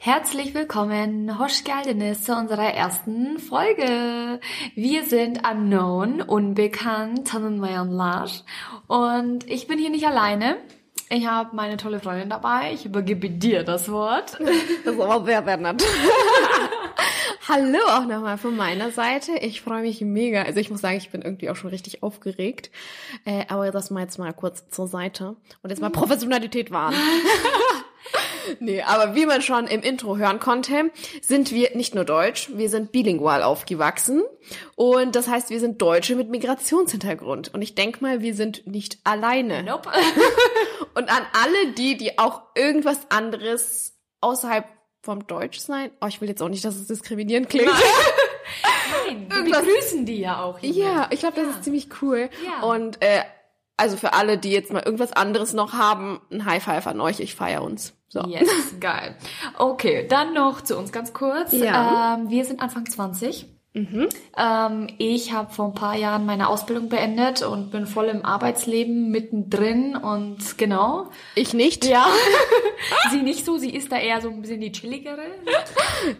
Herzlich willkommen, Hoş geldiniz zu unserer ersten Folge. Wir sind unknown, unbekannt, tanınmayanlar. Und ich bin hier nicht alleine. Ich habe meine tolle Freundin dabei. Ich übergebe dir das Wort. Das ist aber sehr Bernhard. Hallo auch nochmal von meiner Seite. Ich freue mich mega. Also ich muss sagen, ich bin irgendwie auch schon richtig aufgeregt. Äh, aber das mal jetzt mal kurz zur Seite. Und jetzt mal Professionalität wahren. nee, aber wie man schon im Intro hören konnte, sind wir nicht nur deutsch, wir sind bilingual aufgewachsen. Und das heißt, wir sind Deutsche mit Migrationshintergrund. Und ich denke mal, wir sind nicht alleine. Nope. Und an alle die, die auch irgendwas anderes außerhalb vom Deutschsein. Oh, ich will jetzt auch nicht, dass es diskriminierend klingt. Nein, wir begrüßen die ja auch. hier. Ja, ich glaube, das ist ziemlich cool. Ja. Und äh, also für alle, die jetzt mal irgendwas anderes noch haben, ein High Five an euch. Ich feier uns. So. Yes, geil. Okay, dann noch zu uns ganz kurz. Ja. Ähm, wir sind Anfang 20. Ähm, ich habe vor ein paar Jahren meine Ausbildung beendet und bin voll im Arbeitsleben mittendrin und genau. Ich nicht. Ja. sie nicht so, sie ist da eher so ein bisschen die chilligere.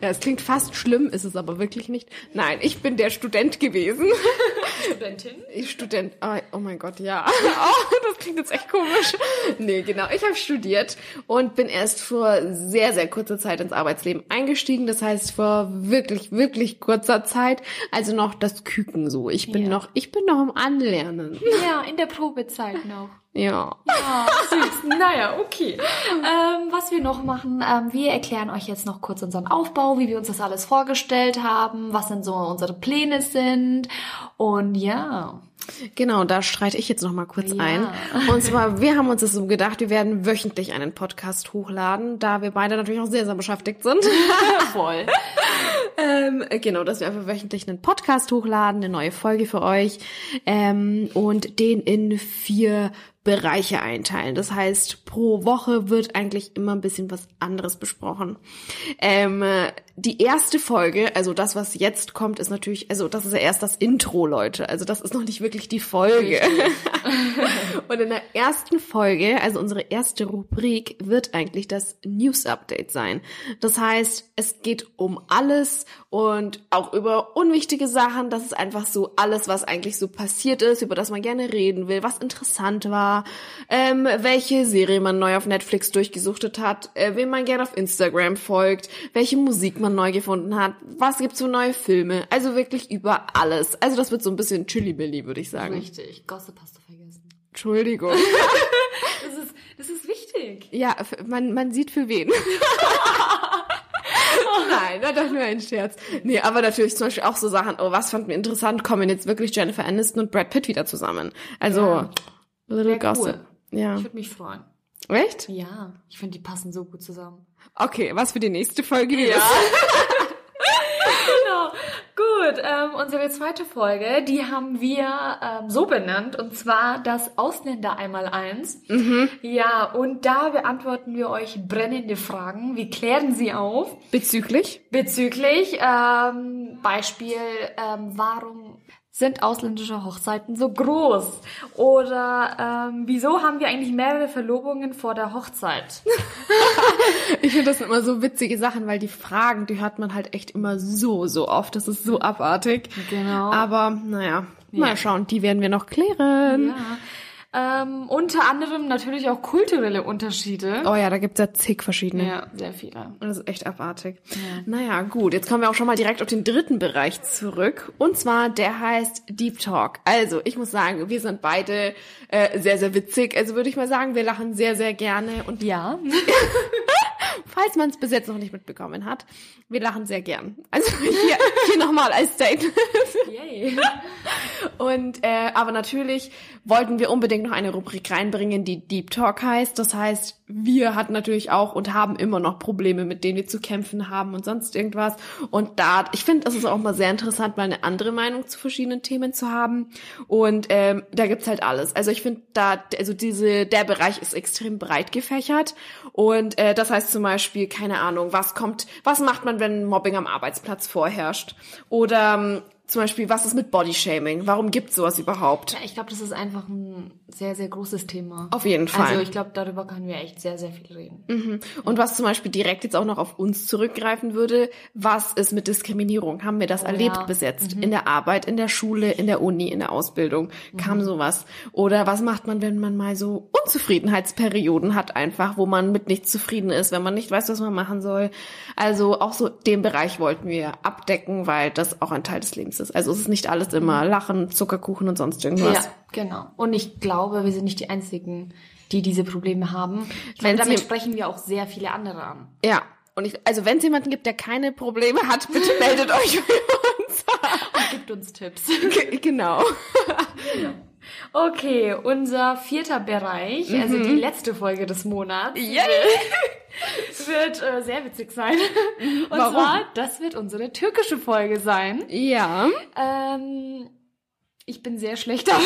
Ja, es klingt fast schlimm, ist es aber wirklich nicht. Nein, ich bin der Student gewesen. Studentin. Ich Student. ah, Oh mein Gott, ja. Oh, das klingt jetzt echt komisch. Nee, genau. Ich habe studiert und bin erst vor sehr, sehr kurzer Zeit ins Arbeitsleben eingestiegen. Das heißt, vor wirklich, wirklich kurzer Zeit. Also noch das Küken so. Ich bin Ja. noch, ich bin noch im Anlernen. Ja, in der Probezeit noch. Ja. Ah, süß. Naja, okay. Ähm, was wir noch machen, ähm, wir erklären euch jetzt noch kurz unseren Aufbau, wie wir uns das alles vorgestellt haben, was denn so unsere Pläne sind. Und ja, Genau, da streite ich jetzt noch mal kurz Ja. ein. Und zwar, wir haben uns das so gedacht, wir werden wöchentlich einen Podcast hochladen, da wir beide natürlich auch sehr, sehr beschäftigt sind. voll. Ähm, genau, dass wir einfach wöchentlich einen Podcast hochladen, eine neue Folge für euch ähm, und den in vier Bereiche einteilen. Das heißt, pro Woche wird eigentlich immer ein bisschen was anderes besprochen. Ähm, äh, die erste Folge, also das, was jetzt kommt, ist natürlich, also das ist ja erst das Intro, Leute. Also das ist noch nicht wirklich die Folge. Und in der ersten Folge, also unsere erste Rubrik, wird eigentlich das News Update sein. Das heißt, es geht um alles und auch über unwichtige Sachen. Das ist einfach so alles, was eigentlich so passiert ist, über das man gerne reden will, was interessant war, ähm, welche Serie man neu auf Netflix durchgesuchtet hat, äh, wem man gerne auf Instagram folgt, welche Musik man neu gefunden hat, was gibt's für neue Filme. Also wirklich über alles. Also das wird so ein bisschen Chili-Billy, würde ich sagen. Richtig, Gossip hast du vergessen. Entschuldigung. Das ist, das ist wichtig. Ja, f- man, man sieht für wen. Nein, war doch nur ein Scherz. Nee, aber natürlich zum Beispiel auch so Sachen, oh, was fand mir interessant, kommen jetzt wirklich Jennifer Aniston und Brad Pitt wieder zusammen. Also, Ja. little Wär cool. gossip. Ja. Ich würde mich freuen. Echt? Ja, ich finde, die passen so gut zusammen. Okay, was für die nächste Folge wieder? Genau. Gut, ähm, unsere zweite Folge, die haben wir ähm, so benannt, und zwar das Ausländer einmal eins. Ja, und da beantworten wir euch brennende Fragen. Wir klären sie auf Bezüglich? bezüglich ähm, Beispiel, ähm, warum sind ausländische Hochzeiten so groß? Oder ähm, wieso haben wir eigentlich mehrere Verlobungen vor der Hochzeit? Ich finde, das sind immer so witzige Sachen, weil die Fragen, die hört man halt echt immer so, so oft. Das ist so abartig. Genau. Aber, naja, Ja. mal schauen, die werden wir noch klären. Ja. Ähm, unter anderem natürlich auch kulturelle Unterschiede. Oh ja, da gibt's ja zig verschiedene. Ja, sehr viele. Und das ist echt abartig. Naja, gut. Jetzt kommen wir auch schon mal direkt auf den dritten Bereich zurück. Und zwar, der heißt Deep Talk. Also, ich muss sagen, wir sind beide äh, sehr, sehr witzig. Also würde ich mal sagen, wir lachen sehr, sehr gerne. Und Ja. falls man es bis jetzt noch nicht mitbekommen hat, wir lachen sehr gern. Also hier, hier nochmal als Statement. Yay. Und äh, aber natürlich wollten wir unbedingt noch eine Rubrik reinbringen, die Deep Talk heißt. Das heißt, wir hatten natürlich auch und haben immer noch Probleme, mit denen wir zu kämpfen haben und sonst irgendwas. Und da, ich finde, es ist auch mal sehr interessant, mal eine andere Meinung zu verschiedenen Themen zu haben. Und ähm, da gibt's halt alles. Also ich finde da, also diese, der Bereich ist extrem breit gefächert. Und äh, das heißt zum Beispiel, keine Ahnung, was kommt, was macht man, wenn Mobbing am Arbeitsplatz vorherrscht? Oder ähm, Zum Beispiel, was ist mit Bodyshaming? Warum gibt's sowas überhaupt? Ja, ich glaube, das ist einfach ein sehr, sehr großes Thema. Auf jeden Fall. Mhm. Also ich glaube, darüber können wir echt sehr, sehr viel reden. Und was zum Beispiel direkt jetzt auch noch auf uns zurückgreifen würde, was ist mit Diskriminierung? Haben wir das erlebt Oh ja. Mhm. bis jetzt? In der Arbeit, in der Schule, in der Uni, in der Ausbildung? Mhm. Kam sowas? Oder was macht man, wenn man mal so Unzufriedenheitsperioden hat einfach, wo man mit nichts zufrieden ist, wenn man nicht weiß, was man machen soll? Also auch so den Bereich wollten wir abdecken, weil das auch ein Teil des Lebens ist. Also es ist nicht alles immer Lachen, Zuckerkuchen und sonst irgendwas. Mhm. Ja, genau. Und ich glaube, wir sind nicht die Einzigen, die diese Probleme haben. Ich Wenn meine, damit Sie- sprechen wir auch sehr viele andere an. Ja. Und ich, also wenn es jemanden gibt, der keine Probleme hat, bitte meldet euch bei uns. Gibt uns Tipps. G- genau. Okay, unser vierter Bereich, also die Mhm. letzte Folge des Monats, wird äh, sehr witzig sein. Und Warum? zwar, das wird unsere türkische Folge sein. Ja. Ähm, ich bin sehr schlecht darin,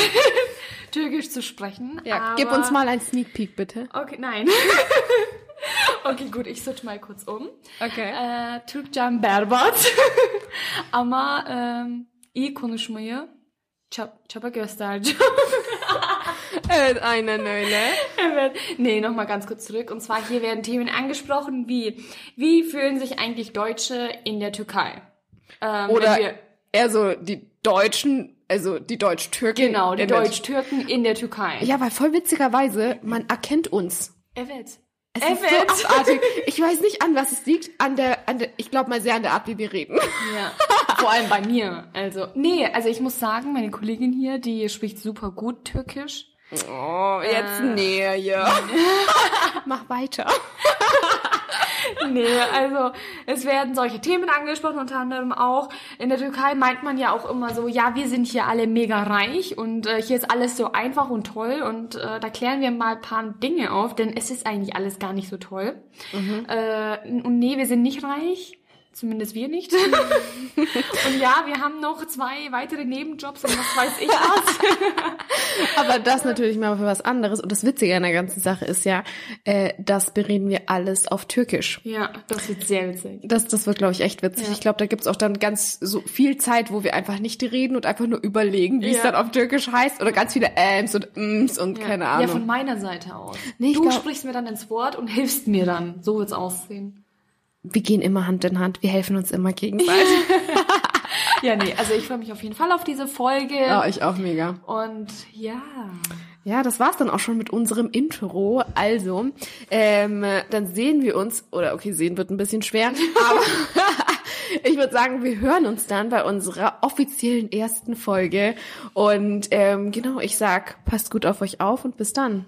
türkisch zu sprechen. aber Gib uns mal einen Sneak Peek, bitte. Okay, nein. okay, gut, ich switch mal kurz um. Okay. Ee, Türkçem berbat. Ama e, iyi konuşmayı çab- çaba göstereceğim. Äh, eine Nöle. Evet. nee, nochmal ganz kurz zurück. Und zwar hier werden Themen angesprochen wie, wie fühlen sich eigentlich Deutsche in der Türkei? Ähm, Oder wenn wir, eher so die Deutschen, also die Deutsch-Türken. genau, die in der- Deutsch-Türken in der Türkei. Ja, weil voll witzigerweise, man erkennt uns. Evet. Es ist so abartig. Ich weiß nicht, an was es liegt. An der, an der ich glaube mal sehr an der Art, wie wir reden. Ja. Vor allem bei mir. Also, nee, also ich muss sagen, meine Kollegin hier, die spricht super gut Türkisch. Oh, jetzt nee, ja. Mach weiter. Nee, also es werden solche Themen angesprochen, unter anderem auch in der Türkei meint man ja auch immer so, ja, wir sind hier alle mega reich und äh, hier ist alles so einfach und toll und äh, da klären wir mal ein paar Dinge auf, denn es ist eigentlich alles gar nicht so toll. Äh, und nee, wir sind nicht reich. Zumindest wir nicht. Und ja, wir haben noch zwei weitere Nebenjobs und was weiß ich was. Aber das natürlich mal für was anderes. Und das Witzige an der ganzen Sache ist ja, äh, das bereden wir alles auf Türkisch. Ja, das wird sehr witzig. Das, das wird, glaube ich, echt witzig. Ich glaube, da gibt's auch dann ganz so viel Zeit, wo wir einfach nicht reden und einfach nur überlegen, wie es Ja. dann auf Türkisch heißt. Oder ganz viele Äms und Ms und Ja. keine Ja, von Ahnung. meiner Seite aus. Nee, ich du glaub- sprichst mir dann ins Wort und hilfst mir dann. So wird's aussehen. wir gehen immer Hand in Hand, wir helfen uns immer gegenseitig. Ja, nee, also ich freue mich auf jeden Fall auf diese Folge. ja, Oh, ich auch mega. Und ja. Ja, das war's dann auch schon mit unserem Intro. Also, ähm, dann sehen wir uns, oder okay, sehen wird ein bisschen schwer, aber ich würde sagen, wir hören uns dann bei unserer offiziellen ersten Folge. Und ähm, genau, ich sag, passt gut auf euch auf und bis dann.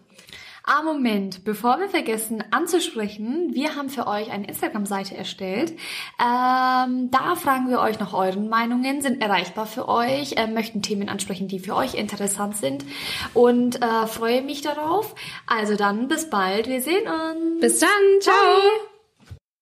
Ah, Moment, bevor wir vergessen anzusprechen, wir haben für euch eine Instagram-Seite erstellt. Ähm, da fragen wir euch nach euren Meinungen, sind erreichbar für euch, äh, möchten Themen ansprechen, die für euch interessant sind und äh, freue mich darauf. Also dann, bis bald, wir sehen uns. Bis dann, ciao. Bye.